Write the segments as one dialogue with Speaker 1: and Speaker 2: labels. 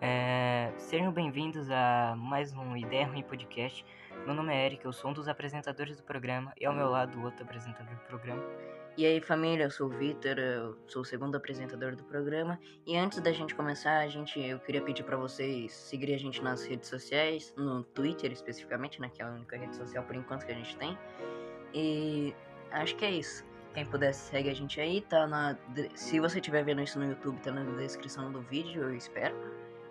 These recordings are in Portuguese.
Speaker 1: É, Sejam bem-vindos a mais um Ideia Ruim Podcast. Meu nome é Eric, eu sou um dos apresentadores do programa e ao meu lado o outro apresentador do programa.
Speaker 2: E aí, família, eu sou o Vitor, eu sou o segundo apresentador do programa. E antes da gente começar, a gente, eu queria pedir para vocês seguirem a gente nas redes sociais, no Twitter especificamente, né, que é a única rede social por enquanto que a gente tem. E acho que é isso. Quem puder segue a gente aí, tá na se você estiver vendo isso no YouTube, tá na descrição do vídeo, eu espero.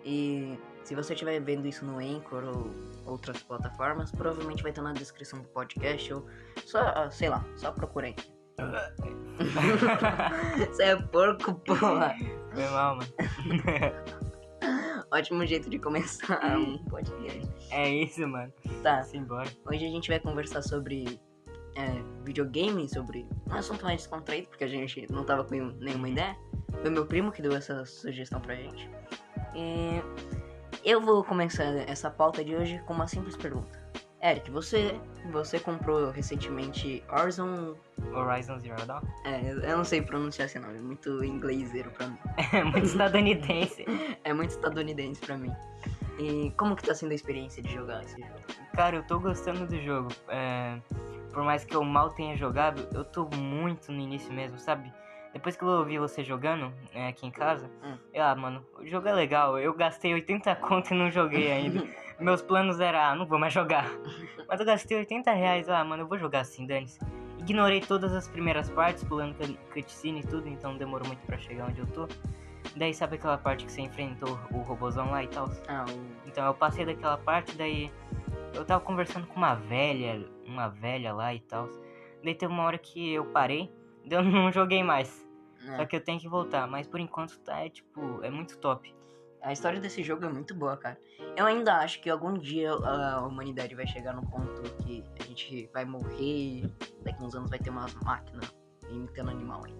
Speaker 2: E se você estiver vendo isso no Anchor ou outras plataformas, provavelmente vai estar na descrição do podcast ou só, sei lá, só procurem. Você é porco, porra.
Speaker 1: Foi mal, mano.
Speaker 2: Ótimo jeito de começar um podcast.
Speaker 1: É isso, mano.
Speaker 2: Tá,
Speaker 1: Simbora.
Speaker 2: hoje a gente vai conversar sobre é, videogame, sobre um assunto mais descontraído, porque a gente não tava com nenhuma ideia. Foi meu primo que deu essa sugestão pra gente. E eu vou começar essa pauta de hoje com uma simples pergunta. Eric, você, você comprou recentemente Horizon...
Speaker 1: Horizon Zero Dawn?
Speaker 2: É, eu não sei pronunciar esse nome, é muito ingleseiro pra mim.
Speaker 1: É muito estadunidense.
Speaker 2: É muito estadunidense pra mim. E como que tá sendo a experiência de jogar esse jogo?
Speaker 1: Cara, eu tô gostando do jogo. É, por mais que eu mal tenha jogado, eu tô muito no início mesmo, sabe? Depois que eu ouvi você jogando é, aqui em casa,
Speaker 2: Hum.
Speaker 1: eu, ah, mano, o jogo é legal. Eu gastei 80 conto e não joguei ainda. Meus planos era, ah, não vou mais jogar. Mas eu gastei 80 reais, ah, mano, eu vou jogar assim, dane-se. Ignorei todas as primeiras partes, pulando cut- cutscene e tudo, então demorou muito pra chegar onde eu tô. Daí sabe aquela parte que você enfrentou o robozão lá e tal?
Speaker 2: Ah, o...
Speaker 1: Então eu passei daquela parte, daí eu tava conversando com uma velha, uma velha lá e tal. Daí teve uma hora que eu parei, daí eu não joguei mais. Só
Speaker 2: é.
Speaker 1: que eu tenho que voltar, mas por enquanto tá, é tipo, é muito top.
Speaker 2: A história desse jogo é muito boa, cara. Eu ainda acho que algum dia ah, a humanidade vai chegar num ponto que a gente vai morrer e daqui uns anos vai ter umas máquinas imitando animal aí.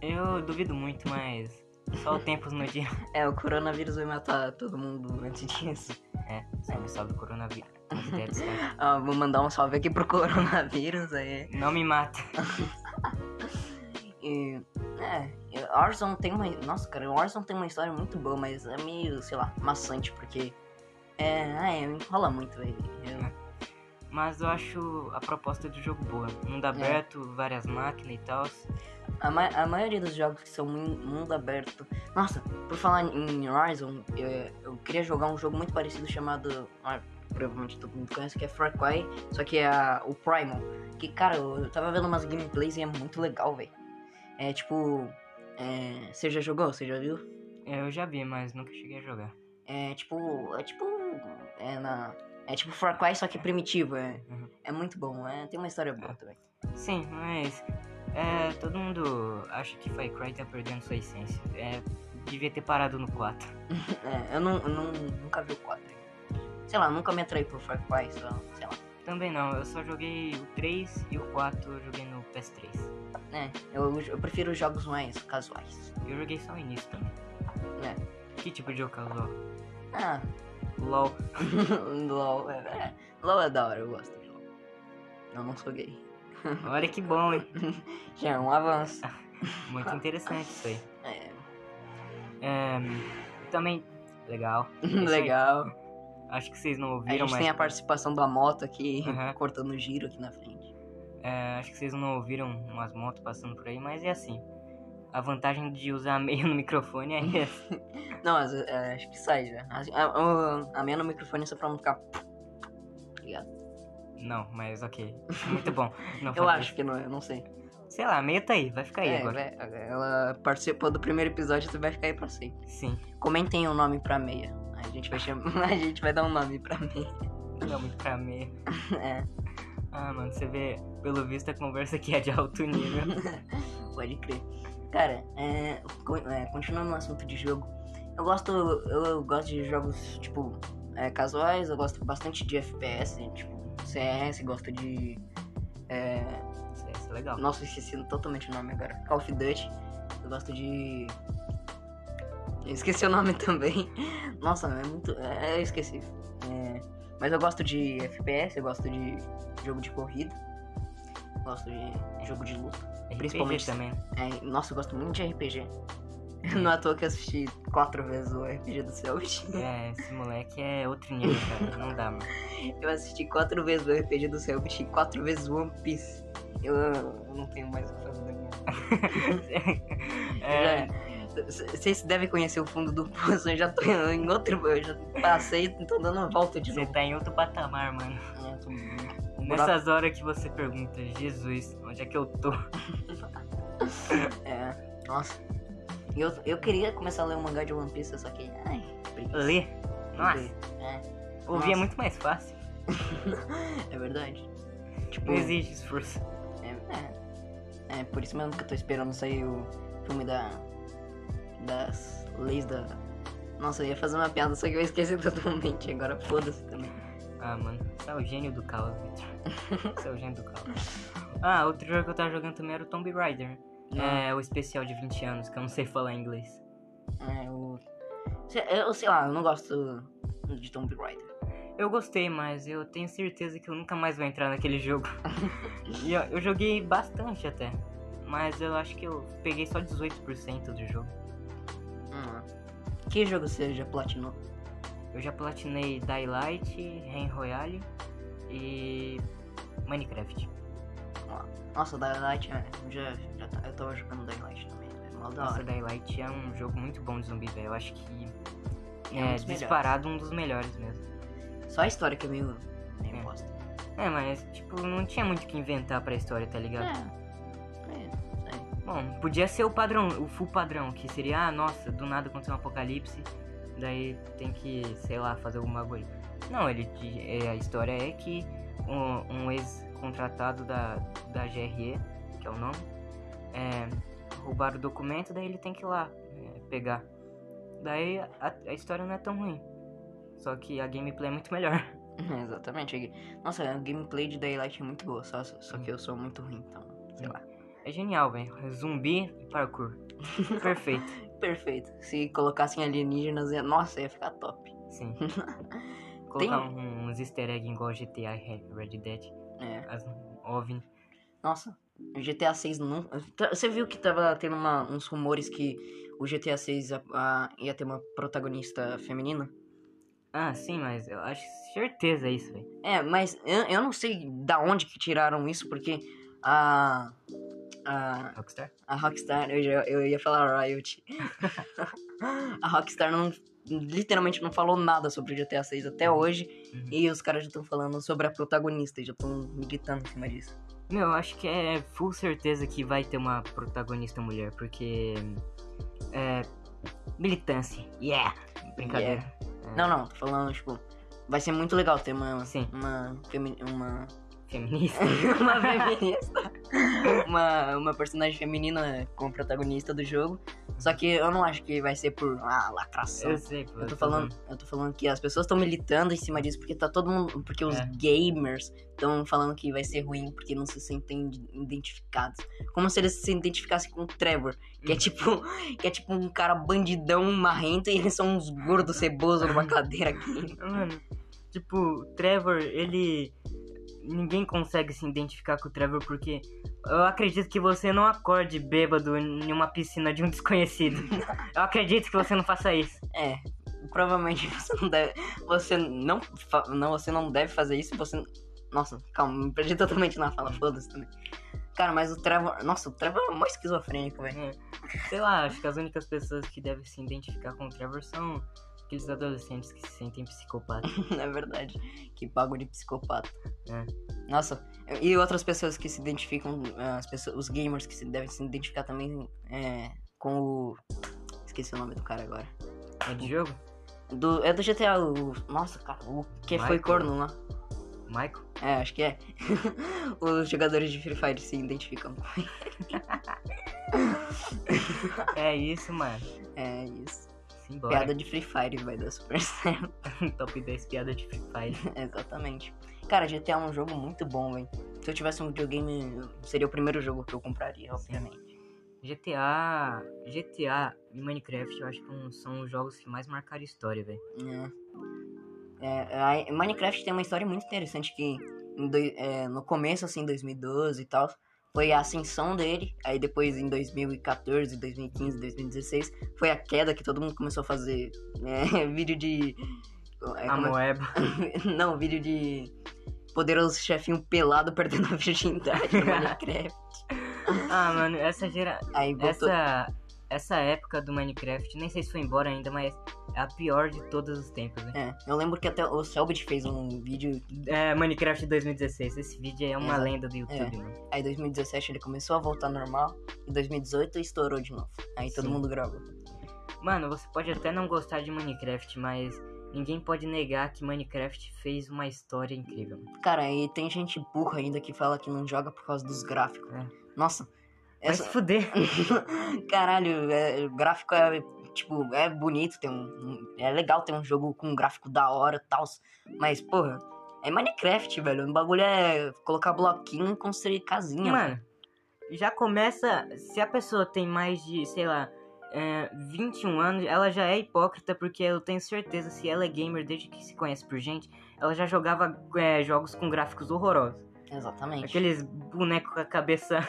Speaker 1: Eu duvido muito, mas só o tempo no dia.
Speaker 2: É, o coronavírus vai matar todo mundo antes disso.
Speaker 1: É, salve, salve coronavírus. As ideias dos caras.
Speaker 2: Ah, vou mandar um salve aqui pro coronavírus aí.
Speaker 1: Não me mata.
Speaker 2: E, é, e Horizon tem uma. Nossa, cara, o Horizon tem uma história muito boa, mas é meio, sei lá, maçante, porque. É, ah, é, enrola muito, velho. Eu-
Speaker 1: Mas eu acho a proposta do jogo boa. Mundo aberto, várias máquinas e tal.
Speaker 2: A, ma- a maioria dos jogos que são mun- mundo aberto. Nossa, por falar em Horizon, eu, eu queria jogar um jogo muito parecido chamado. ah, provavelmente todo mundo conhece, que é Far Cry, só que é a- o Primal. Que, cara, eu, eu tava vendo umas gameplays e é muito legal, velho. É tipo. É, você já jogou? Você já viu?
Speaker 1: Eu já vi, mas nunca cheguei a jogar.
Speaker 2: É tipo. É tipo. É, na, é tipo Far Cry, só que primitivo. É,
Speaker 1: Uhum.
Speaker 2: é muito bom, é, tem uma história boa também.
Speaker 1: Sim, mas é, todo mundo acha que Far Cry tá perdendo sua essência. É, devia ter parado no 4.
Speaker 2: É, eu não, eu não- nunca vi o 4. Sei lá, nunca me atraí por Far Cry, só, sei lá.
Speaker 1: Também não, eu só joguei o 3 e o 4 eu joguei no PS3.
Speaker 2: É, eu, eu prefiro jogos mais casuais.
Speaker 1: Eu joguei só o início também.
Speaker 2: É.
Speaker 1: Que tipo de jogo que eu usou?
Speaker 2: Ah,
Speaker 1: LOL.
Speaker 2: LOL é, é. LOL é da hora, eu gosto de LOL. Eu não sou gay.
Speaker 1: Olha que bom, hein?
Speaker 2: Já é um avanço.
Speaker 1: Muito interessante isso aí.
Speaker 2: É,
Speaker 1: É, também, legal.
Speaker 2: legal.
Speaker 1: Acho que vocês não
Speaker 2: A
Speaker 1: ouviram,
Speaker 2: gente
Speaker 1: mas.
Speaker 2: tem a participação da moto aqui,
Speaker 1: Uhum.
Speaker 2: cortando giro aqui na frente.
Speaker 1: É, acho que vocês não ouviram umas motos passando por aí, mas é assim. A vantagem de usar meio no microfone é essa.
Speaker 2: Não, mas, é, acho que sai já. A, a, a minha no microfone é só pra não ficar. Obrigado.
Speaker 1: Não, mas ok. Muito bom. Não
Speaker 2: Eu
Speaker 1: fazer
Speaker 2: acho que não, eu não sei.
Speaker 1: isso. Sei lá, meio tá aí, vai ficar aí
Speaker 2: É,
Speaker 1: agora.
Speaker 2: vai- ela participou do primeiro episódio, tu vai ficar aí pra sempre.
Speaker 1: Sim,
Speaker 2: Comentem o nome pra meia. A gente vai chamar. A gente vai dar um nome pra meia.
Speaker 1: não é muito pra meio.
Speaker 2: É,
Speaker 1: Ah, mano, você vê, pelo visto a conversa aqui é de alto nível.
Speaker 2: pode crer. Cara, é, co- é, continuando no assunto de jogo, eu gosto. Eu, eu gosto de jogos, tipo, é, casuais, eu gosto bastante de FPS, tipo, CS, gosto de. É,
Speaker 1: Isso é- isso é legal.
Speaker 2: Nossa, eu esqueci totalmente o nome agora. Call of Duty. Eu gosto de. Eu esqueci o nome também. Nossa, é muito. É, eu esqueci. É, Mas eu gosto de FPS, eu gosto de jogo de corrida. Gosto de jogo de luta. É,
Speaker 1: RPG
Speaker 2: principalmente-
Speaker 1: também.
Speaker 2: É, Nossa, eu gosto muito de RPG. Não à toa que eu assisti quatro vezes o RPG do Selbit.
Speaker 1: É, esse moleque é outro nível, cara. Não dá, mano.
Speaker 2: Eu assisti quatro vezes o RPG do Selbit e quatro vezes One Piece. Eu, eu não tenho mais o que fazer da minha vida.
Speaker 1: É,
Speaker 2: Já- c- Vocês devem conhecer o fundo do poço, eu já tô em outro. Eu já passei e tô dando uma volta de
Speaker 1: você
Speaker 2: novo.
Speaker 1: tá em outro patamar, mano.
Speaker 2: É, tô- um buraco-
Speaker 1: Nessas horas que você pergunta, Jesus, onde é que eu tô?
Speaker 2: É, nossa. E Eu, eu queria começar a ler um mangá de One Piece, só que. Ai, preguiça.
Speaker 1: Ler? Nossa,
Speaker 2: É,
Speaker 1: ouvir é
Speaker 2: Nossa.
Speaker 1: muito mais fácil.
Speaker 2: é verdade. Tipo,
Speaker 1: Não exige esforço.
Speaker 2: É, é. É, por isso mesmo que eu tô esperando sair o filme da. Das leis da. Nossa, eu ia fazer uma piada, só que eu esqueci totalmente. Agora foda-se também.
Speaker 1: Ah, mano, você é o gênio do caos, Victor. Você é o gênio do caos. Ah, outro jogo que eu tava jogando também era o Tomb Raider.
Speaker 2: Ah.
Speaker 1: É, o especial de 20 anos, que eu não sei falar inglês.
Speaker 2: É, o. se- Eu sei lá, eu não gosto de Tomb Raider.
Speaker 1: Eu gostei, mas eu tenho certeza que eu nunca mais vou entrar naquele jogo. e eu, eu joguei bastante até. Mas eu acho que eu peguei só 18% do jogo.
Speaker 2: Hum. Que jogo seja Platino?
Speaker 1: Eu já platinei Daylight, Rain Royale e Minecraft.
Speaker 2: Nossa, Daylight, é, já, já tá- eu tava jogando Daylight também. É mó da
Speaker 1: Nossa,
Speaker 2: hora.
Speaker 1: Daylight é um jogo muito bom de zumbi, velho. Eu acho que é,
Speaker 2: É um dos melhores.
Speaker 1: disparado um dos melhores mesmo.
Speaker 2: Só a história que é meio. meio
Speaker 1: É.
Speaker 2: bosta.
Speaker 1: É, mas tipo, não tinha muito o que inventar pra história, tá ligado?
Speaker 2: É, é, é.
Speaker 1: Bom, podia ser o padrão, o full padrão, que seria, ah, nossa, do nada aconteceu um apocalipse, daí tem que, sei lá, fazer algum bagulho. Não, ele te- é, a história é que um, um ex-contratado da, da GRE, que é o nome, é, roubaram o documento, daí ele tem que ir lá é, pegar. Daí a, a história não é tão ruim. Só que a gameplay é muito melhor.
Speaker 2: Exatamente. é Nossa, a gameplay de Daylight é muito boa, só, só
Speaker 1: Uhum.
Speaker 2: que eu sou muito ruim, então, sei lá.
Speaker 1: É genial, velho. Zumbi e parkour. Perfeito.
Speaker 2: Perfeito. Se colocassem alienígenas, ia- nossa, ia ficar top.
Speaker 1: Sim. Colocar um- uns easter egg igual GTA Re- Red Dead,
Speaker 2: É.
Speaker 1: as OVNI.
Speaker 2: Nossa, o GTA 6 não. Tá- Você viu que tava tendo uma- uns rumores que o GTA 6 ia, a- ia ter uma protagonista feminina?
Speaker 1: Ah, sim, mas eu acho certeza isso, velho.
Speaker 2: É, mas eu, eu não sei da onde que tiraram isso, porque a. A,
Speaker 1: Rockstar?
Speaker 2: A Rockstar, eu, já, eu ia falar Riot. a Rockstar não, literalmente não falou nada sobre o GTA 6 até hoje.
Speaker 1: Uhum.
Speaker 2: E os caras já estão falando sobre a protagonista e já estão militando em cima disso.
Speaker 1: Meu, eu acho que é full certeza que vai ter uma protagonista mulher, porque. É. Militância. Yeah! Brincadeira.
Speaker 2: Não, não, tô falando, tipo, vai ser muito legal ter uma.
Speaker 1: Sim.
Speaker 2: Uma. Femi uma.
Speaker 1: Feminista.
Speaker 2: uma feminista. uma, uma personagem feminina como protagonista do jogo. Só que eu não acho que vai ser por ah, lacração.
Speaker 1: eu sei, pô.
Speaker 2: Eu tô falando, eu tô falando que as pessoas estão militando em cima disso porque tá todo mundo, porque os
Speaker 1: É.
Speaker 2: gamers estão falando que vai ser ruim porque não se sentem identificados. Como se eles se identificassem com o Trevor, que é tipo, que é tipo um cara bandidão marrento e eles são uns gordos cebosos numa cadeira aqui.
Speaker 1: Mano, tipo, o Trevor, ele. Ninguém consegue se identificar com o Trevor porque eu acredito que você não acorde bêbado em uma piscina de um desconhecido. Eu acredito que você não faça isso.
Speaker 2: É, provavelmente você não deve, você não, fa- não você não deve fazer isso, você Nossa, calma, me perdi totalmente na fala, foda-se também. Cara, mas o Trevor, nossa, o Trevor é mó esquizofrênico, velho.
Speaker 1: É, Sei lá, acho que as únicas pessoas que devem se identificar com o Trevor são aqueles adolescentes que se sentem psicopatas.
Speaker 2: Na verdade, que bagulho de psicopata.
Speaker 1: É.
Speaker 2: Nossa, e outras pessoas que se identificam, as pessoas, os gamers que se devem se identificar também é, com o. Esqueci o nome do cara agora.
Speaker 1: É de jogo?
Speaker 2: Do, é do GTA, o. Nossa, cara, o que foi
Speaker 1: Michael.
Speaker 2: corno lá?
Speaker 1: Michael?
Speaker 2: É, acho que é. os jogadores de Free Fire se identificam.
Speaker 1: É isso, mano.
Speaker 2: É isso.
Speaker 1: Simbora.
Speaker 2: Piada de Free Fire vai dar super certo.
Speaker 1: Top 10 piada de Free Fire.
Speaker 2: Exatamente. Cara, GTA é um jogo muito bom, velho. Se eu tivesse um videogame, seria o primeiro jogo que eu compraria, obviamente.
Speaker 1: GTA. GTA e Minecraft eu acho que um- são os jogos que mais marcaram a história, velho.
Speaker 2: É. É, a- Minecraft tem uma história muito interessante que em doi- é, no começo, assim, 2012 e tal, foi a ascensão dele, aí depois em 2014, 2015, 2016, foi a queda que todo mundo começou a fazer né, vídeo de. é,
Speaker 1: A
Speaker 2: como é-
Speaker 1: moeba.
Speaker 2: Não, vídeo de poderoso chefinho pelado perdendo a virgindade no Minecraft.
Speaker 1: Ah, mano, essa gera...
Speaker 2: Aí voltou.
Speaker 1: Essa... Essa época do Minecraft, nem sei se foi embora ainda, mas é a pior de todos os tempos, né?
Speaker 2: É, eu lembro que até o Selbit fez um vídeo.
Speaker 1: É, Minecraft 2016, esse vídeo aí é uma
Speaker 2: É.
Speaker 1: lenda do YouTube, mano.
Speaker 2: Aí em 2017 ele começou a voltar ao normal. Em 2018 estourou de novo. Aí todo
Speaker 1: Sim.
Speaker 2: mundo gravou.
Speaker 1: Mano, você pode até não gostar de Minecraft, mas ninguém pode negar que Minecraft fez uma história incrível. mano.
Speaker 2: Cara, e tem gente burra ainda que fala que não joga por causa dos gráficos.
Speaker 1: É.
Speaker 2: Nossa,
Speaker 1: Vai
Speaker 2: essa.
Speaker 1: se fuder.
Speaker 2: Caralho, é, o gráfico é tipo, é bonito, tem um, um- é legal ter um jogo com um gráfico da hora e tal, mas porra, é Minecraft, velho. O bagulho é colocar bloquinho e construir casinha.
Speaker 1: Mano, já começa. Se a pessoa tem mais de, sei lá, é, 21 anos, ela já é hipócrita, porque eu tenho certeza, se ela é gamer desde que se conhece por gente, ela já jogava é, jogos com gráficos horrorosos.
Speaker 2: Exatamente.
Speaker 1: Aqueles bonecos com a cabeça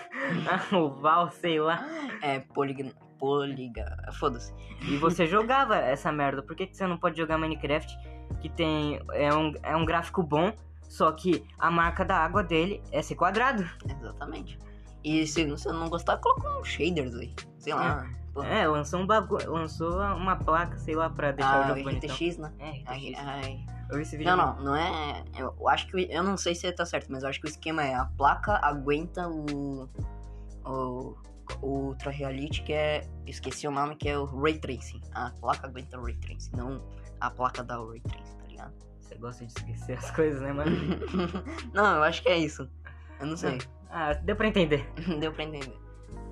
Speaker 1: oval, sei lá.
Speaker 2: É poliga, poliga, foda-se.
Speaker 1: E você jogava essa merda. Por que, que você não pode jogar Minecraft que tem. É um, é um gráfico bom, só que a marca da água dele é ser quadrado?
Speaker 2: Exatamente. E se, se eu não gostar, coloca uns shaders aí. Sei lá. Pô.
Speaker 1: É, lançou um bagulho. Lançou uma placa, sei lá, pra deixar o
Speaker 2: Ah,
Speaker 1: jogo bonitão.
Speaker 2: RTX, né?
Speaker 1: É,
Speaker 2: A-
Speaker 1: RTX.
Speaker 2: a-
Speaker 1: Eu vi esse vídeo.
Speaker 2: Não, não, não é. Eu acho que. Eu não sei se tá certo, mas eu acho que o esquema é a placa aguenta o. O. O Ultra Reality, que é. Esqueci o nome, que é o Ray Tracing. A placa aguenta o Ray Tracing, não a placa dá o Ray Tracing, tá ligado?
Speaker 1: Você gosta de esquecer as coisas, né, mano?
Speaker 2: não, eu acho que é isso. Eu não sei.
Speaker 1: ah, deu pra entender.
Speaker 2: Deu pra entender.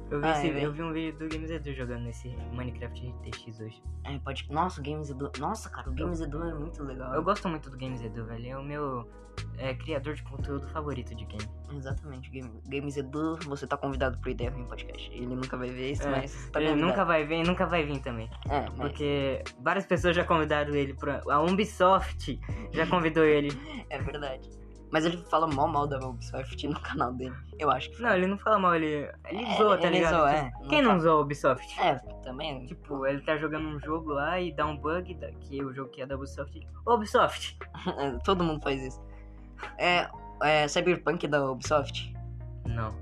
Speaker 1: Eu vi,
Speaker 2: Ah,
Speaker 1: esse-
Speaker 2: é, velho.
Speaker 1: eu vi um vídeo do Games Edu jogando esse Minecraft RTX hoje.
Speaker 2: É, pode... Nossa, o Games Edu. Nossa, cara, o Games Edu é muito legal.
Speaker 1: Eu gosto muito do Games Edu, velho. É o meu é, criador de conteúdo favorito de game.
Speaker 2: Exatamente, Game... Games Edu, você tá convidado pro Ideia Ruim Podcast. Ele nunca vai ver isso,
Speaker 1: É,
Speaker 2: mas. Tá
Speaker 1: ele
Speaker 2: convidado.
Speaker 1: nunca vai vir e nunca vai vir também.
Speaker 2: É, mas...
Speaker 1: Porque várias pessoas já convidaram ele pra. A Ubisoft já convidou ele.
Speaker 2: É verdade. Mas ele fala mó mal da Ubisoft no canal dele. Eu acho que
Speaker 1: Não, ele não fala mal, ele. Ele zoa, tá
Speaker 2: ele
Speaker 1: ligado?
Speaker 2: zoa, é.
Speaker 1: Quem
Speaker 2: fa-
Speaker 1: não zoa a Ubisoft?
Speaker 2: É, também.
Speaker 1: Tipo, ele tá jogando um jogo lá e dá um bug, da- que o jogo que é da Ubisoft. ele, "Ô, Ubisoft!
Speaker 2: é, Todo mundo faz isso. É, é Cyberpunk da Ubisoft?
Speaker 1: Não.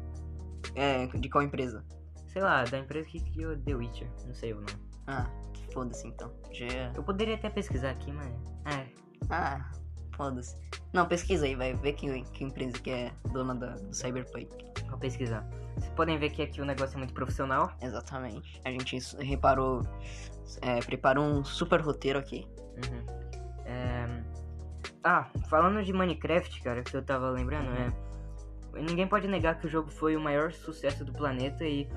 Speaker 2: É, de qual empresa?
Speaker 1: Sei lá, da empresa que criou The Witcher. Não sei o nome.
Speaker 2: Ah, foda-se então. Já...
Speaker 1: Eu poderia até pesquisar aqui, mas. É.
Speaker 2: Ah, foda-se. Não, pesquisa aí, vai ver que, que empresa que é dona da, do Cyberpunk.
Speaker 1: Vou pesquisar. Vocês podem ver que aqui o negócio é muito profissional.
Speaker 2: Exatamente. A gente s- reparou, é, preparou um super roteiro aqui.
Speaker 1: Uhum. É... Ah, falando de Minecraft, cara, que eu tava lembrando, é. Ninguém pode negar que o jogo foi o maior sucesso do planeta e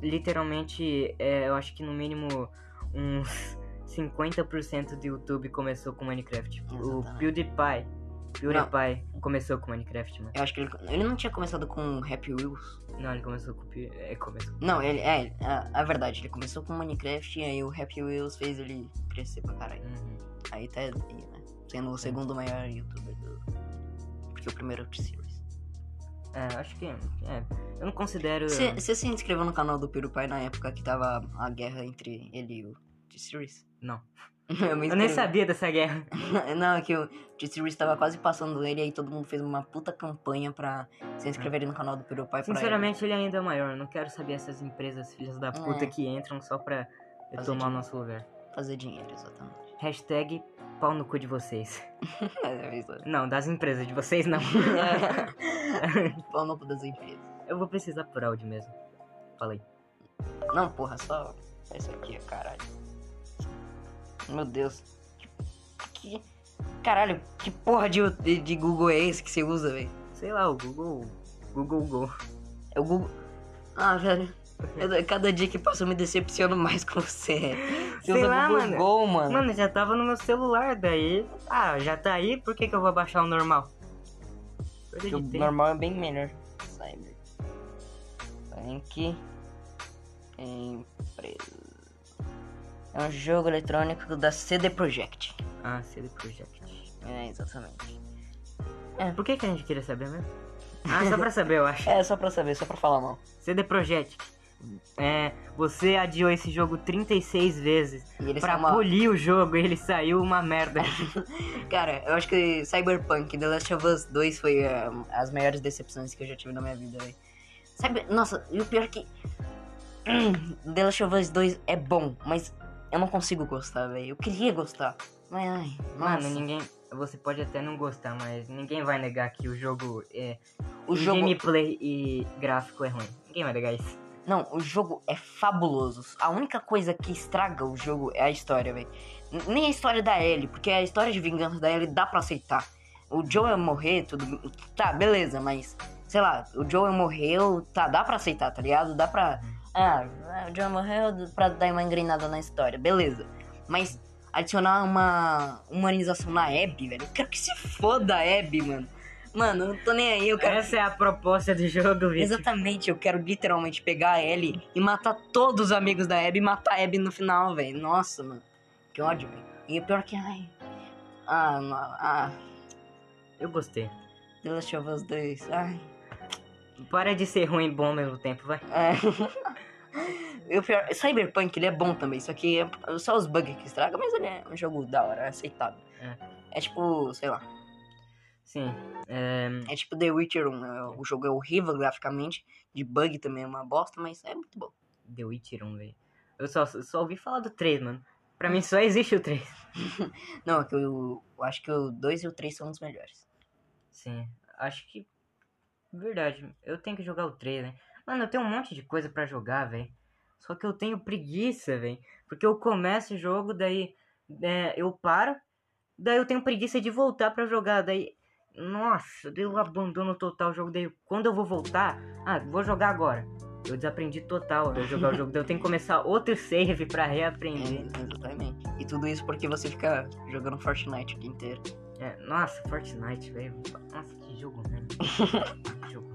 Speaker 1: literalmente, é, eu acho que no mínimo uns 50% do YouTube começou com Minecraft. O
Speaker 2: Exatamente.
Speaker 1: PewDiePie. PewDiePie começou com Minecraft, mano.
Speaker 2: Eu acho que ele, ele não tinha começado com Happy Wheels.
Speaker 1: Não, ele começou com o Pew- É, começou.
Speaker 2: Não, ele é, a, a verdade, ele começou com Minecraft e aí o Happy Wheels fez ele crescer pra caralho.
Speaker 1: Uhum.
Speaker 2: Aí tá aí, né? Sendo o segundo maior youtuber do. Porque o primeiro é o T-Series.
Speaker 1: É, acho que. É, eu não considero.
Speaker 2: Você se inscreveu no canal do Pirupai na época que tava a guerra entre ele e o T-Series?
Speaker 1: Não.
Speaker 2: Eu, me
Speaker 1: Eu nem
Speaker 2: inscrevi.
Speaker 1: sabia dessa guerra.
Speaker 2: Não, é que o T-Series tava quase passando ele, aí todo mundo fez uma puta campanha pra se inscreverem no canal do Pirupai pra.
Speaker 1: Sinceramente, ele ainda é maior. Eu não quero saber essas empresas filhas da puta
Speaker 2: É.
Speaker 1: que entram só pra tomar
Speaker 2: Fazer
Speaker 1: o
Speaker 2: dinheiro.
Speaker 1: nosso lugar.
Speaker 2: Fazer dinheiro, exatamente.
Speaker 1: Hashtag pau no cu de vocês.
Speaker 2: É isso.
Speaker 1: Não, das empresas de vocês não.
Speaker 2: É.
Speaker 1: É.
Speaker 2: Pau no cu das empresas.
Speaker 1: Eu vou precisar por áudio mesmo. Falei.
Speaker 2: Não, porra, só só isso aqui, caralho. Meu Deus. Que... Caralho, que porra de, de- de Google é esse que você usa, velho?
Speaker 1: Sei lá, o Google. Google Go.
Speaker 2: É o Google. Ah, velho. eu- cada dia que passa eu me decepciono mais com você. Você
Speaker 1: Sei
Speaker 2: usa
Speaker 1: lá,
Speaker 2: Google
Speaker 1: mano.
Speaker 2: Go, mano.
Speaker 1: Mano, já tava no meu celular, daí. Ah, já tá aí, por que, que eu vou baixar o normal? Perda
Speaker 2: Porque o
Speaker 1: de tempo.
Speaker 2: normal é bem melhor. Cyber. Link. Empresa. É um jogo eletrônico da CD Projekt.
Speaker 1: Ah, CD Projekt.
Speaker 2: É, exatamente.
Speaker 1: Por que, que a gente queria saber mesmo? Ah, só pra saber, eu acho.
Speaker 2: É, só pra saber, só pra falar mal.
Speaker 1: CD Projekt. É, você adiou esse jogo 36 vezes
Speaker 2: E eles
Speaker 1: pra
Speaker 2: são é uma-
Speaker 1: polir o jogo e ele saiu uma merda.
Speaker 2: Cara, eu acho que Cyberpunk e The Last of Us 2 foi ah, as maiores decepções que eu já tive na minha vida, velho. Sabe, nossa, e o pior é que. Hum, The Last of Us 2 é bom, mas eu não consigo gostar, velho. Eu queria gostar. Mas, ai,
Speaker 1: Mano,
Speaker 2: nossa.
Speaker 1: ninguém. Você pode até não gostar, mas ninguém vai negar que o jogo é.
Speaker 2: o jogo.
Speaker 1: Gameplay e gráfico é ruim. Ninguém vai negar isso.
Speaker 2: Não, o jogo é fabuloso. A única coisa que estraga o jogo é a história, velho. Nem a história da Ellie, porque a história de vingança da Ellie dá pra aceitar. O Joel morrer, tudo. Tá, beleza, mas. Sei lá, o Joel morreu, tá, dá pra aceitar, tá ligado? Dá pra. Ah, o Joel morreu dá pra dar uma engrenada na história, beleza. Mas adicionar uma humanização na Abby, velho. Eu quero que se foda a Abby, mano. Mano, eu não tô nem aí, eu quero.
Speaker 1: Essa é a proposta do jogo, Vitor.
Speaker 2: Exatamente, eu quero literalmente pegar a Ellie e matar todos os amigos da Abby e matar a Abby no final, velho. Nossa, mano. Que ódio, velho. E o pior que, ai. Ah, ma- ah,
Speaker 1: Eu gostei.
Speaker 2: The Last of Us 2. Ai.
Speaker 1: Para de ser ruim e bom ao mesmo tempo, vai.
Speaker 2: É. E o pior, Cyberpunk, ele é bom também, só que é só os bugs que estragam, mas ele é um jogo da hora, é aceitável.
Speaker 1: É.
Speaker 2: É tipo, sei lá,
Speaker 1: Sim. É,
Speaker 2: é tipo The Witcher 1. é- O jogo é horrível graficamente, de bug também é uma bosta, mas é muito bom.
Speaker 1: The Witcher 1, velho. Eu só, só ouvi falar do 3, mano. Pra mim só existe o 3.
Speaker 2: Não, é que eu, eu acho que o 2 e o 3 são os melhores.
Speaker 1: Sim. Acho que. Verdade. Eu tenho que jogar o 3, né? Mano, eu tenho um monte de coisa pra jogar, velho. Só que eu tenho preguiça, velho. Porque eu começo o jogo, daí é, eu paro. Daí eu tenho preguiça de voltar pra jogar. Daí. Nossa, daí eu abandono total o jogo. Daí quando eu vou voltar. Ah, vou jogar agora. Eu desaprendi total de jogar o jogo. Daí eu tenho que começar outro save pra reaprender.
Speaker 2: É, exatamente. E tudo isso porque você fica jogando Fortnite o dia inteiro.
Speaker 1: É, nossa, Fortnite, velho. Nossa, que jogo ruim. Que jogo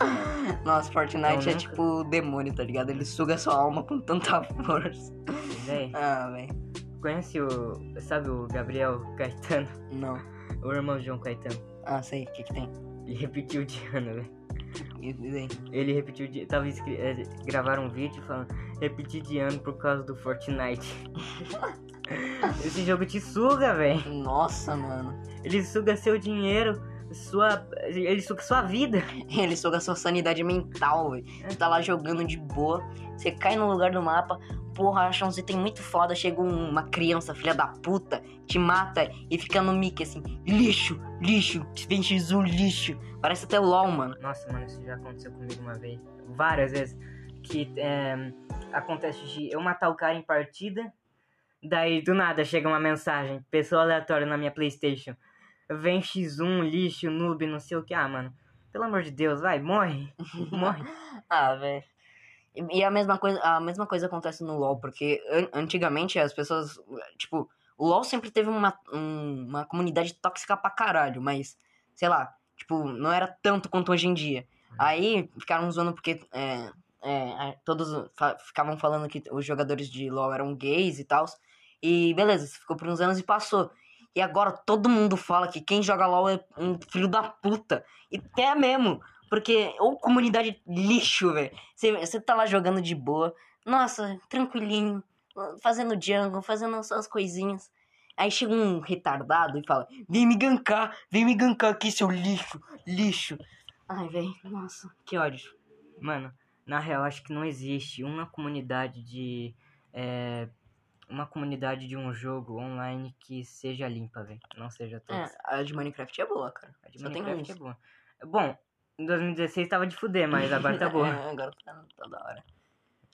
Speaker 2: Nossa, Fortnite
Speaker 1: Eu
Speaker 2: é
Speaker 1: nunca-
Speaker 2: tipo o demônio, tá ligado? Ele suga sua alma com tanta força.
Speaker 1: ruim, velho.
Speaker 2: Ah, velho.
Speaker 1: Conhece o. Sabe o Gabriel Caetano?
Speaker 2: Não.
Speaker 1: O irmão de João Caetano.
Speaker 2: Ah, sei. O que que tem?
Speaker 1: Ele repetiu de ano, velho.
Speaker 2: E- e daí?
Speaker 1: Ele repetiu de. Tava escri... eh, gravaram um vídeo falando. Repetir de ano por causa do Fortnite. Esse jogo te suga, velho.
Speaker 2: Nossa, mano.
Speaker 1: Ele suga seu dinheiro, sua. Ele suga sua vida.
Speaker 2: Ele suga sua sanidade mental, velho. Você tá lá jogando de boa, você cai no lugar do mapa, porra, acha um item muito foda, chega um- uma criança, filha da puta, te mata e fica no mic assim, lixo, lixo, 20 um lixo. Parece até o LOL, mano.
Speaker 1: Nossa, mano, isso já aconteceu comigo uma vez, várias vezes, que é, acontece de eu matar o cara em partida, daí do nada chega uma mensagem, pessoa aleatória na minha Playstation, vem X1, lixo, noob, não sei o que, ah, mano, pelo amor de Deus, vai, morre, morre.
Speaker 2: Ah, velho. E e a mesma, coisa, a mesma coisa acontece no LoL, porque an- antigamente as pessoas. Tipo, o LoL sempre teve uma, um- uma comunidade tóxica pra caralho, mas, sei lá, tipo, não era tanto quanto hoje em dia. Aí ficaram zoando porque é, é, a- todos fa- ficavam falando que os jogadores de LoL eram gays e tal. E beleza, isso ficou por uns anos e passou. E agora todo mundo fala que quem joga LoL é um filho da puta. E até mesmo. Porque, ou comunidade lixo, velho. Você- Você tá lá jogando de boa, nossa, tranquilinho, fazendo jungle, fazendo as suas coisinhas. Aí chega um retardado e fala: Vem me gankar, vem me gankar aqui, seu lixo, lixo. Ai, velho, nossa, que ódio.
Speaker 1: Mano, na real, acho que não existe uma comunidade de, é, uma comunidade de um jogo online que seja limpa, velho, não seja tóxica.
Speaker 2: É, a de Minecraft é boa, cara.
Speaker 1: A de
Speaker 2: Só tem
Speaker 1: Minecraft é
Speaker 2: uns.
Speaker 1: boa. Bom, em 2016 tava de fuder, mas agora tá boa.
Speaker 2: É, agora tá, tá da hora.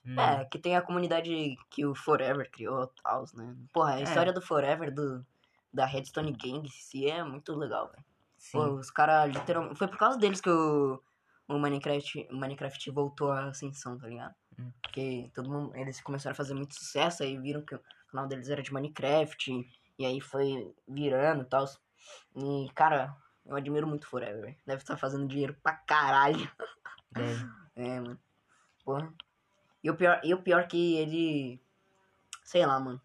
Speaker 1: Hum.
Speaker 2: É, que tem a comunidade que o Forever criou e tal, né? Porra, a
Speaker 1: É.
Speaker 2: história do Forever, do, da Redstone Gang, em si é muito legal, velho.
Speaker 1: sim.
Speaker 2: Pô, os caras literalmente. Foi por causa deles que o, o Minecraft, o Minecraft voltou à ascensão, tá ligado?
Speaker 1: Hum.
Speaker 2: Porque todo mundo, eles começaram a fazer muito sucesso, aí viram que o canal deles era de Minecraft, e, e aí foi virando e tal. E, cara, eu admiro muito o Forever, velho. Deve estar fazendo dinheiro pra caralho.
Speaker 1: Deve.
Speaker 2: É, mano. Porra. E o pior, e o pior que ele. Sei lá, mano.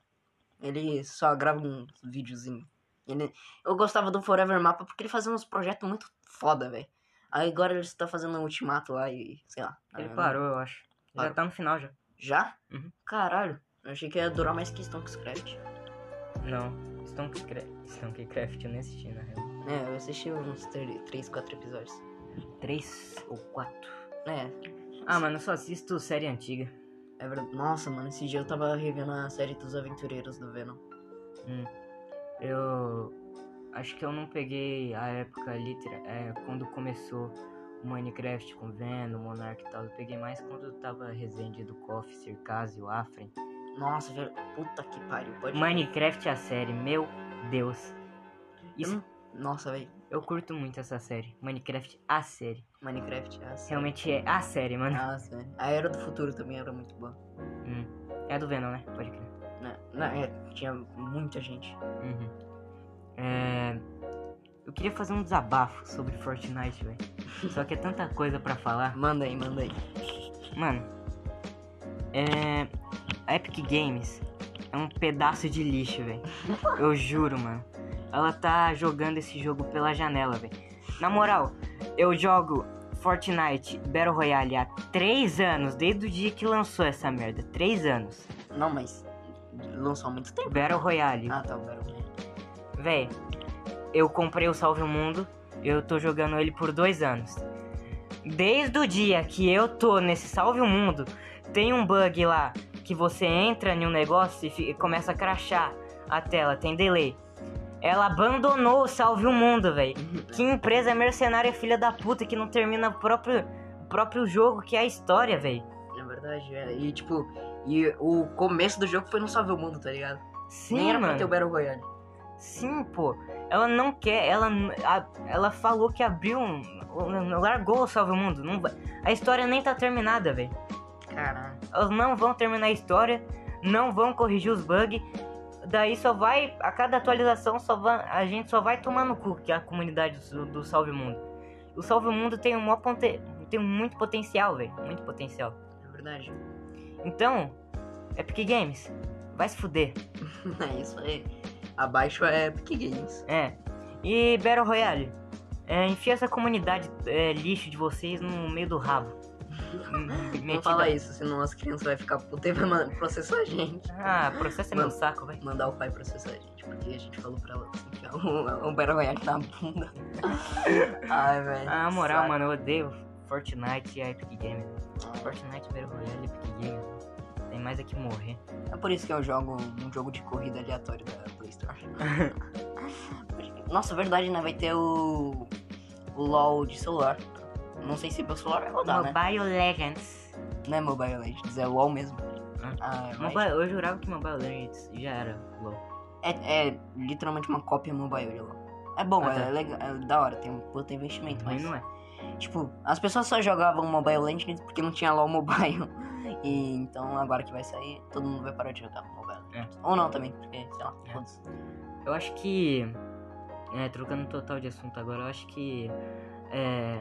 Speaker 2: Ele só grava um videozinho. Ele, eu gostava do Forever Mapa porque ele fazia uns projetos muito foda, velho. Aí agora ele tá fazendo um ultimato lá e, sei lá.
Speaker 1: Ele
Speaker 2: ah,
Speaker 1: parou, eu acho. Já
Speaker 2: Parou.
Speaker 1: tá no final já.
Speaker 2: Já?
Speaker 1: Uhum.
Speaker 2: Caralho. Eu achei que ia durar mais que Stonecraft.
Speaker 1: Não. Stonecraft, Stonecraft eu nem assisti, na real.
Speaker 2: É, eu assisti uns 3, 4 episódios.
Speaker 1: Três ou quatro.
Speaker 2: É,
Speaker 1: Ah, mano, eu só assisto série antiga.
Speaker 2: é verdade. Nossa, mano, esse dia eu tava revendo a série dos aventureiros do Venom.
Speaker 1: Hum. Eu acho que eu não peguei a época litera... é, quando começou o Minecraft com Venom, Monark e tal. Eu peguei mais quando tava Resende do Coff, Circásio, Afren.
Speaker 2: Nossa, velho. Puta que pariu. Pode
Speaker 1: Minecraft a série, meu Deus. Isso,
Speaker 2: Hum. Nossa, velho.
Speaker 1: eu curto muito essa série. Minecraft a série.
Speaker 2: Minecraft. Ah, sério.
Speaker 1: Realmente é a série, mano.
Speaker 2: Nossa, velho. A Era do Futuro também era muito boa.
Speaker 1: Hum. É a do Venom, né? Pode crer.
Speaker 2: Né? Né, é, tinha muita gente.
Speaker 1: Uhum. É, Eu queria fazer um desabafo sobre Fortnite, velho. Só que é tanta coisa pra falar.
Speaker 2: Manda aí, manda aí.
Speaker 1: Mano, é... a Epic Games é um pedaço de lixo, velho. Eu juro, mano. Ela tá jogando esse jogo pela janela, velho. Na moral, eu jogo Fortnite Battle Royale há três anos, desde o dia que lançou essa merda. Três anos.
Speaker 2: Não, mas lançou há muito tempo.
Speaker 1: Battle Royale.
Speaker 2: Ah, tá, o Battle.
Speaker 1: Véi, eu comprei o Salve o Mundo, eu tô jogando ele por dois anos. Desde o dia que eu tô nesse Salve o Mundo, tem um bug lá que você entra em um negócio e fi- começa a crachar a tela, tem delay. Ela abandonou o Salve o Mundo, véi. Que empresa mercenária filha da puta que não termina o próprio, o próprio jogo, que é a história, véi.
Speaker 2: Na verdade, é. E tipo, e o começo do jogo foi no Salve o Mundo, tá ligado?
Speaker 1: Sim,
Speaker 2: Nem era pra
Speaker 1: mano.
Speaker 2: ter o Battle Royale.
Speaker 1: Sim, pô. Ela não quer, ela a- ela falou que abriu, um- um- largou o Salve o Mundo. Não vai- a história nem tá terminada, velho.
Speaker 2: Caralho.
Speaker 1: Elas não vão terminar a história, não vão corrigir os bugs. Daí só vai, a cada atualização, só va- a gente só vai tomar no cu, que é a comunidade do, do Salve o Mundo. O Salve o Mundo tem, um maior ponte- tem muito potencial, velho. Muito potencial.
Speaker 2: É verdade.
Speaker 1: Então, Epic Games, vai se fuder.
Speaker 2: É isso aí. Abaixo é Epic Games.
Speaker 1: É. E Battle Royale. É, enfia essa comunidade é, lixo de vocês no meio do rabo. Metida-
Speaker 2: Não fala isso, senão as crianças vão ficar putas e vai man- processar a gente.
Speaker 1: Ah, processa meu
Speaker 2: Mano.
Speaker 1: saco, vai.
Speaker 2: Mandar o pai processar a gente, porque a gente falou pra ela assim, que é o, o Battle Royale tá na bunda. Ai, velho.
Speaker 1: Ah, moral,
Speaker 2: Saco.
Speaker 1: mano, eu odeio Fortnite e a Epic Games. Fortnite, Battle Royale, Epic Games. Tem mais é que morrer.
Speaker 2: É por isso que eu jogo um jogo de corrida aleatório da Play Store. Nossa, verdade, né? Vai ter o, o LoL de celular. Não sei se meu celular vai rodar, né?
Speaker 1: Mobile Legends.
Speaker 2: Não é Mobile Legends, é LoL mesmo.
Speaker 1: Ah.
Speaker 2: Ah, é, mas-
Speaker 1: Mobile, eu jurava que Mobile Legends já era LOL.
Speaker 2: é, é literalmente uma cópia mobile de LoL. É bom,
Speaker 1: Ah,
Speaker 2: é,
Speaker 1: tá.
Speaker 2: legal, é da hora, tem um puta investimento,
Speaker 1: Mas
Speaker 2: mas...
Speaker 1: não é.
Speaker 2: Tipo, as pessoas só jogavam Mobile Legends porque não tinha LoL Mobile. E então agora que vai sair, todo mundo vai parar de jogar Mobile Legends. Ou não também, porque, sei lá,
Speaker 1: É.
Speaker 2: todos.
Speaker 1: Eu acho que. É, trocando total de assunto agora, eu acho que. é,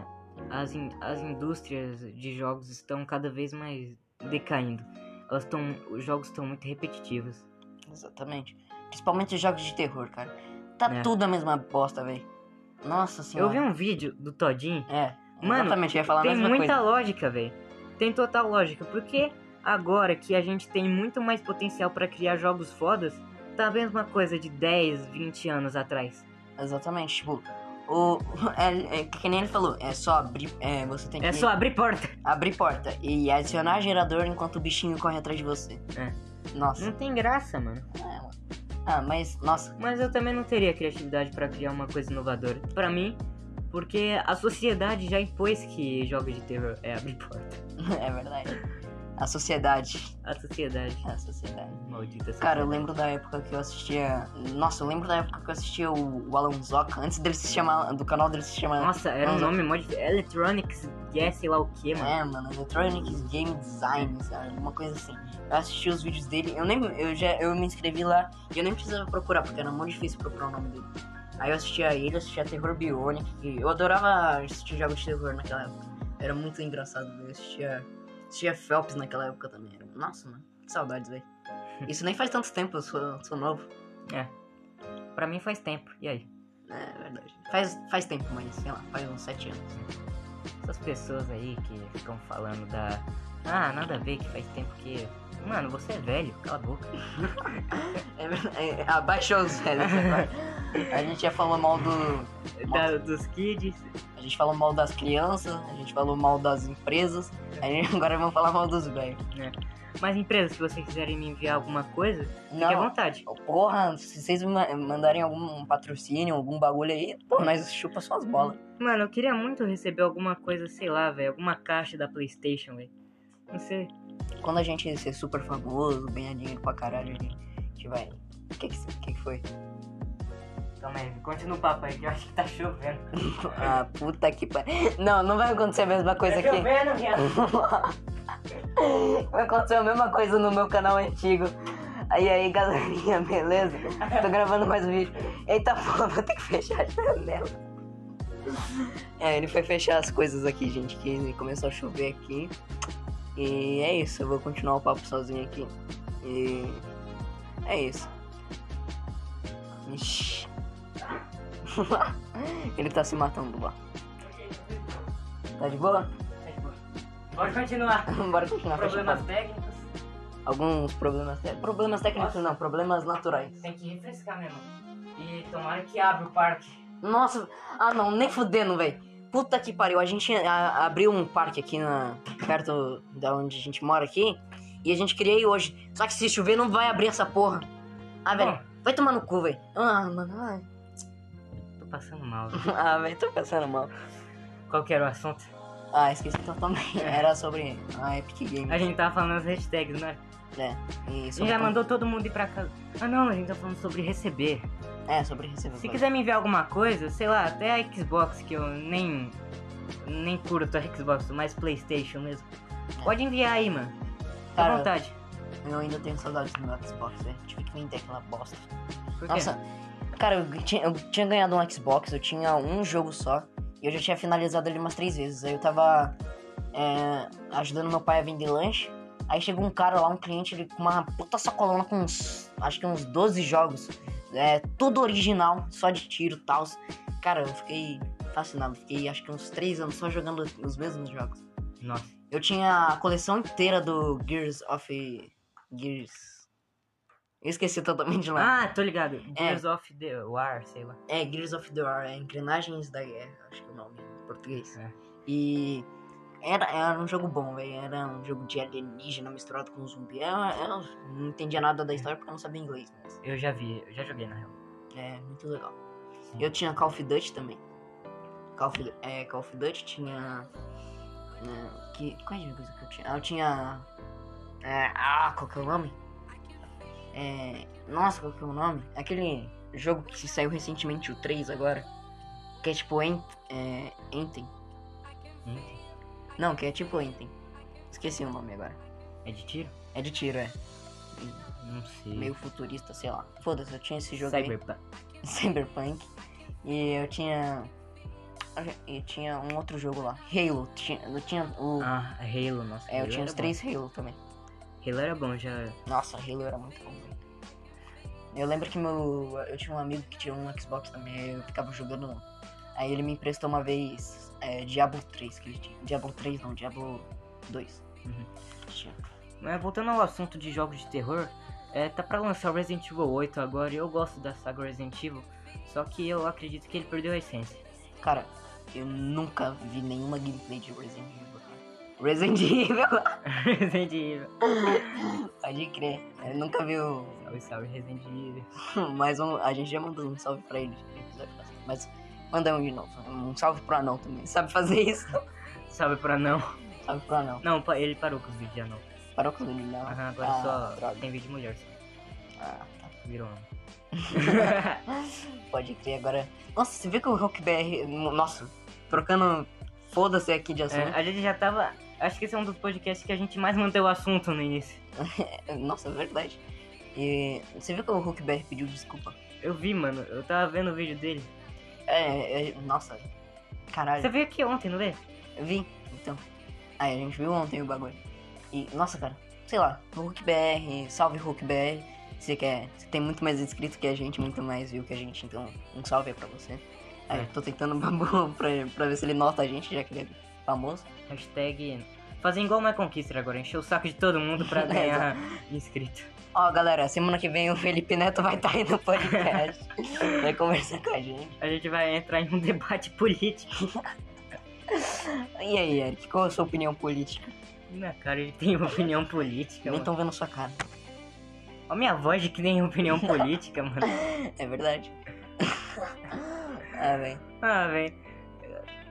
Speaker 1: as, in- as indústrias de jogos estão cada vez mais decaindo. Elas estão. Os jogos estão muito repetitivos.
Speaker 2: Exatamente. Principalmente os jogos de terror, cara. Tá
Speaker 1: É.
Speaker 2: tudo a mesma bosta, velho. Nossa senhora.
Speaker 1: Eu vi um vídeo do Todinho.
Speaker 2: É,
Speaker 1: Mano,
Speaker 2: exatamente, eu ia falar a
Speaker 1: Tem
Speaker 2: mesma
Speaker 1: muita
Speaker 2: coisa.
Speaker 1: lógica, velho. Tem total lógica. Porque agora que a gente tem muito mais potencial pra criar jogos fodas, tá a mesma coisa de 10, 20 anos atrás.
Speaker 2: Exatamente, tipo... O, é, é que nem ele falou, é só abrir. É, você tem
Speaker 1: É
Speaker 2: que
Speaker 1: só abrir porta.
Speaker 2: abrir porta e adicionar gerador enquanto o bichinho corre atrás de você. É. Nossa.
Speaker 1: Não tem graça, mano.
Speaker 2: É, mano. Ah, mas, nossa,
Speaker 1: Mas eu também não teria criatividade pra criar uma coisa inovadora. Pra mim, porque a sociedade já impôs que jogo de terror é abrir porta.
Speaker 2: é verdade. A sociedade.
Speaker 1: A sociedade.
Speaker 2: A sociedade.
Speaker 1: Maldita sociedade.
Speaker 2: Cara, eu lembro da época que eu assistia. Nossa, eu lembro da época que eu assistia o, o Alan Zoca, antes dele se chamar. Do canal dele se chamar.
Speaker 1: Nossa, era um
Speaker 2: Vamos lá.
Speaker 1: nome mó de... Electronics Guess, sei lá o que, mano.
Speaker 2: É, mano, Electronics Game Design, sabe? Alguma coisa assim. Eu assisti os vídeos dele, eu nem. Eu já eu me inscrevi lá e eu nem precisava procurar, porque era muito difícil procurar o nome dele. Aí eu assistia ele, assistia Terror Bionic, que eu adorava assistir jogos de terror naquela época. Era muito engraçado, velho. Eu assistia. Assistia Phelps naquela época também. Era- Nossa, mano, que saudades, velho. Isso nem faz tanto tempo, eu sou, sou novo.
Speaker 1: Pra mim faz tempo. E aí?
Speaker 2: É verdade. Faz, faz tempo, mas sei lá, faz uns sete anos.
Speaker 1: Essas pessoas aí que ficam falando da. Ah, nada a ver que faz tempo que. Mano, você é velho, cala a boca.
Speaker 2: É verdade, é, abaixou os velhos agora. A gente já falou mal do.
Speaker 1: Da- dos kids.
Speaker 2: A gente falou mal das crianças, a gente falou mal das empresas, a gente agora vamos falar mal dos velhos.
Speaker 1: Mas empresa, se vocês quiserem me enviar alguma coisa, fique à
Speaker 2: Não,
Speaker 1: vontade.
Speaker 2: porra, se vocês me ma- mandarem algum patrocínio, algum bagulho aí, pô, nós chupa suas bolas.
Speaker 1: Mano, eu queria muito receber alguma coisa, sei lá, velho. Alguma caixa da Playstation, velho. Não sei.
Speaker 2: Quando a gente ser super famoso, ganhar dinheiro pra caralho, a gente, a gente vai. O que que, que que foi?
Speaker 1: Calma aí, continua o papo aí, que eu acho que tá chovendo.
Speaker 2: Ah, puta que pariu. Não, não vai acontecer a mesma coisa
Speaker 1: tá
Speaker 2: aqui.
Speaker 1: chovendo, viado.
Speaker 2: Vai acontecer a mesma coisa no meu canal antigo. Aí aí, galerinha, beleza? Tô gravando mais um vídeo. Eita porra, vou ter que fechar a janela. É, ele foi fechar as coisas aqui, gente, que começou a chover aqui. E é isso, eu vou continuar o papo sozinho aqui. E é isso. Ixi. ele tá se matando lá. Tá de boa?
Speaker 1: Pode continuar.
Speaker 2: Bora continuar. fecha o papo.
Speaker 1: Problemas técnicos,
Speaker 2: alguns problemas técnicos. Problemas técnicos
Speaker 1: Nossa.
Speaker 2: não, problemas naturais.
Speaker 1: tem que refrescar mesmo. E tomara que abra o parque.
Speaker 2: Nossa, ah não, nem fudendo, velho. Puta que pariu, a gente a- abriu um parque aqui na, perto da onde a gente mora aqui e a gente queria ir hoje. Só que se chover não vai abrir essa porra. Ah, velho,
Speaker 1: Bom,
Speaker 2: vai tomar no cu, velho. Ah, mano, ai.
Speaker 1: tô passando mal. velho.
Speaker 2: ah, velho, tô pensando mal.
Speaker 1: Qual que era o assunto?
Speaker 2: Ah, esqueci totalmente.
Speaker 1: É.
Speaker 2: Era sobre a Epic
Speaker 1: A
Speaker 2: Games.
Speaker 1: gente tava falando as hashtags, né?
Speaker 2: E
Speaker 1: A
Speaker 2: sobre
Speaker 1: gente já
Speaker 2: como-
Speaker 1: mandou todo mundo ir pra casa. Ah não, a gente tá falando sobre receber.
Speaker 2: É, sobre receber.
Speaker 1: Se quiser me enviar alguma coisa, sei lá, até a Xbox, que eu nem. Nem curto a Xbox, mais Playstation mesmo. Pode enviar aí, mano. Fica à
Speaker 2: Cara,
Speaker 1: vontade.
Speaker 2: eu ainda tenho saudades do meu Xbox, velho. Tive que vender aquela bosta.
Speaker 1: Por quê?
Speaker 2: Nossa, cara, eu tinha, eu tinha ganhado um Xbox, eu tinha um jogo só, e eu já tinha finalizado ele umas três vezes. Aí eu tava é, ajudando meu pai a vender lanche, aí chegou um cara lá, um cliente, ele com uma puta sacolona com uns, acho que uns 12 jogos, é, tudo original, só de tiro e tal. Cara, eu fiquei fascinado, fiquei acho que uns três anos só jogando os mesmos jogos.
Speaker 1: Nossa.
Speaker 2: Eu tinha a coleção inteira do Gears of... Gears... Eu esqueci totalmente de lá.
Speaker 1: Ah, tô ligado.
Speaker 2: É.
Speaker 1: Gears of the War, sei lá.
Speaker 2: É, Gears of the War, é Engrenagens da Guerra, acho que é o nome em português.
Speaker 1: É.
Speaker 2: E era, era um jogo bom, velho. Era um jogo de alienígena misturado com zumbi. Eu, eu não entendia nada da história porque eu não sabia inglês, mas
Speaker 1: Eu já vi, eu já joguei na real.
Speaker 2: é muito legal. Eu tinha Call of Duty também. Call of, é, Call of Duty tinha. é, que, quais jogos que eu tinha? Ah, eu tinha. é, ah, qual que é o nome? É, nossa, qual que é o nome? Aquele jogo que saiu recentemente, o 3 agora. Que é tipo Ent, é, Enten.
Speaker 1: Hum,
Speaker 2: Não, que é tipo Enten. Esqueci o nome agora.
Speaker 1: É de tiro?
Speaker 2: É de tiro, é.
Speaker 1: Não sei.
Speaker 2: Meio futurista, sei lá. Foda-se, eu tinha esse jogo é aí.
Speaker 1: Cyberpunk.
Speaker 2: Cyberpunk. E eu tinha. E tinha um outro jogo lá. Halo. Tinha, eu tinha o.
Speaker 1: Ah, Halo, nossa.
Speaker 2: é, eu
Speaker 1: Halo
Speaker 2: tinha
Speaker 1: era
Speaker 2: os três Halo também.
Speaker 1: Bom. Halo era bom, já.
Speaker 2: Nossa, Halo era muito bom, velho. Eu lembro que meu. Eu tinha um amigo que tinha um Xbox também, eu ficava jogando. Aí ele me emprestou uma vez é, Diablo 3 que ele tinha. Diablo 3 não, Diablo 2.
Speaker 1: Uhum.
Speaker 2: Tinha.
Speaker 1: Mas voltando ao assunto de jogos de terror, é, tá pra lançar o Resident Evil 8 agora e eu gosto da saga Resident Evil, só que eu acredito que ele perdeu a essência.
Speaker 2: Cara, eu nunca vi nenhuma gameplay de Resident Evil. cara. Resident Evil!
Speaker 1: Resident Evil.
Speaker 2: Pode crer. Eu nunca vi o
Speaker 1: Salve, salve, Resident Evil.
Speaker 2: Mas um- a gente já mandou um salve pra ele no episódio passado. Mas manda um de novo. Um salve pro anão também. Sabe fazer isso?
Speaker 1: Salve pra não.
Speaker 2: Salve pro anão.
Speaker 1: Não, pa- ele parou com os vídeos de anão.
Speaker 2: Parou com o anão.
Speaker 1: Aham, agora
Speaker 2: Ah,
Speaker 1: só
Speaker 2: droga.
Speaker 1: tem vídeo de mulher. só.
Speaker 2: Ah,
Speaker 1: Virou homem.
Speaker 2: pode crer agora. Nossa, você viu que o Rock BR. Nossa, trocando. Foda-se aqui de
Speaker 1: É,
Speaker 2: assunto.
Speaker 1: a gente já tava. Acho que esse é um dos podcasts que a gente mais manteve o assunto no início.
Speaker 2: Nossa, é verdade. E você viu que o Hulk BR pediu desculpa?
Speaker 1: Eu vi, mano. Eu tava vendo o vídeo dele.
Speaker 2: É, é nossa. Caralho.
Speaker 1: Você veio aqui ontem, não vê?
Speaker 2: Eu vi, então. Aí a gente viu ontem o bagulho. E, nossa, cara, sei lá, o Hulk BR, salve Hulk BR. Você quer. Você tem muito mais inscrito que a gente, muito mais view que a gente, então um salve aí pra você. Aí
Speaker 1: É.
Speaker 2: eu tô tentando o babu pra, pra ver se ele nota a gente, já que ele famoso.
Speaker 1: Hashtag. Fazer igual uma conquista agora, encher o saco de todo mundo pra ganhar inscrito.
Speaker 2: Ó, galera, semana que vem o Felipe Neto vai estar aí no podcast. vai conversar com a gente.
Speaker 1: A gente vai entrar em um debate político.
Speaker 2: E aí, Eric, qual é a sua opinião política?
Speaker 1: Na cara, ele tem opinião política,
Speaker 2: Nem
Speaker 1: mano.
Speaker 2: tão vendo sua cara.
Speaker 1: Olha minha voz de que nem opinião política, mano.
Speaker 2: É verdade. ah, velho.
Speaker 1: Ah, velho.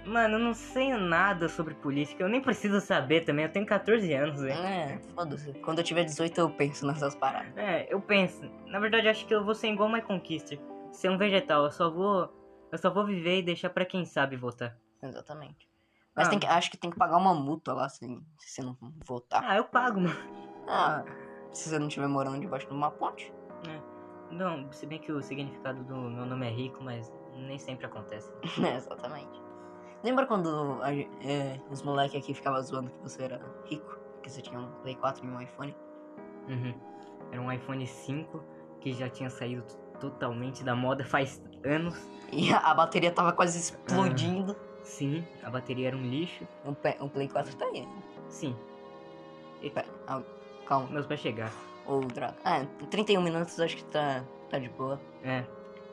Speaker 1: Mano, eu não sei nada sobre política. Eu nem preciso saber também. Eu tenho 14 anos, velho.
Speaker 2: É, foda-se. Quando eu tiver 18, eu penso nessas paradas.
Speaker 1: É, eu penso. Na verdade, acho que eu vou ser igual uma conquista. Ser um vegetal. Eu só vou. Eu só vou viver e deixar pra quem sabe votar.
Speaker 2: Exatamente. Mas
Speaker 1: Ah.
Speaker 2: tem que, acho que tem que pagar uma multa lá se, se você não votar.
Speaker 1: Ah, eu pago, mano.
Speaker 2: Ah, se você não estiver morando debaixo de uma ponte.
Speaker 1: Não, se bem que o significado do meu nome é rico, mas nem sempre acontece.
Speaker 2: É, Exatamente. Lembra quando a gen- é, os moleques aqui ficavam zoando que você era rico? Que você tinha um Play 4 e um iPhone?
Speaker 1: Uhum. Era um iPhone 5 que já tinha saído t- totalmente da moda faz anos.
Speaker 2: E a, a bateria tava quase explodindo.
Speaker 1: Sim, a bateria era um lixo.
Speaker 2: O, pe- o Play 4 tá aí. Tipo, ah,
Speaker 1: Sim,
Speaker 2: Calma.
Speaker 1: meus pais chegar.
Speaker 2: Ou droga. Ah, 31 minutos acho que tá, tá de boa.
Speaker 1: É.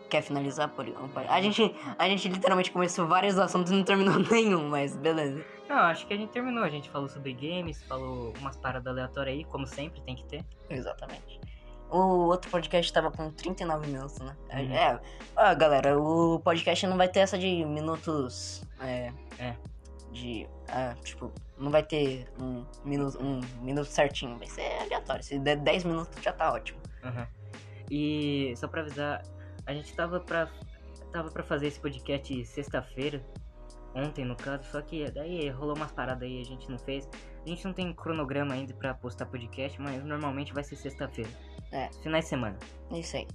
Speaker 2: Quer finalizar? Pode, pode. A, gente, a gente literalmente começou vários assuntos e não terminou nenhum, mas beleza.
Speaker 1: Não, acho que a gente terminou. A gente falou sobre games, falou umas paradas aleatórias aí, como sempre, tem que ter.
Speaker 2: Exatamente. O outro podcast tava com 39 minutos, né?
Speaker 1: Uhum.
Speaker 2: É. Ó, galera, o podcast não vai ter essa de minutos. É.
Speaker 1: É.
Speaker 2: De. ah, tipo, não vai ter um minuto, um minuto certinho. Vai ser aleatório. Se der 10 minutos já tá ótimo.
Speaker 1: Aham. E só pra avisar, a gente tava pra, tava pra fazer esse podcast sexta-feira, ontem no caso, só que daí rolou umas paradas aí, a gente não fez. A gente não tem cronograma ainda pra postar podcast, mas normalmente vai ser sexta-feira.
Speaker 2: É.
Speaker 1: Finais de semana.
Speaker 2: É isso aí.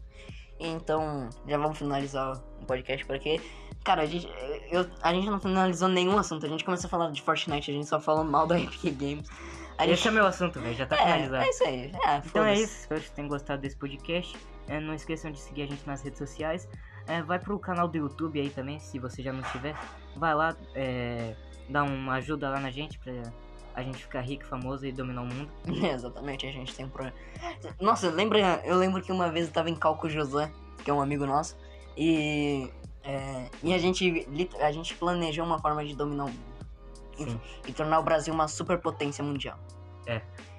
Speaker 2: Então, já vamos finalizar o podcast por aqui. Cara, a gente, eu, a gente não finalizou nenhum assunto. A gente começou a falar de Fortnite, a gente só falou mal da Epic Games. A gente
Speaker 1: Esse é meu assunto, velho, já tá finalizado.
Speaker 2: É, é isso aí. É,
Speaker 1: Então é
Speaker 2: foda-se.
Speaker 1: isso, espero que vocês tenham gostado desse podcast. É, não esqueçam de seguir a gente nas redes sociais. É, vai pro canal do YouTube aí também, se você já não tiver. Vai lá, é, dá uma ajuda lá na gente pra a gente ficar rico, famoso e dominar o mundo.
Speaker 2: É, Exatamente, a gente tem um problema. Nossa, lembra? Eu lembro que uma vez eu tava em Calco José, que é um amigo nosso, e. é, e a gente, lit- a gente planejou uma forma de dominar o mundo
Speaker 1: Sim.
Speaker 2: e tornar o Brasil uma superpotência mundial.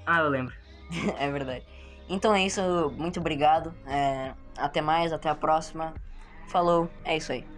Speaker 1: Ah, eu lembro.
Speaker 2: é verdade. Então é isso, muito obrigado. é, até mais, até a próxima. Falou, é isso aí.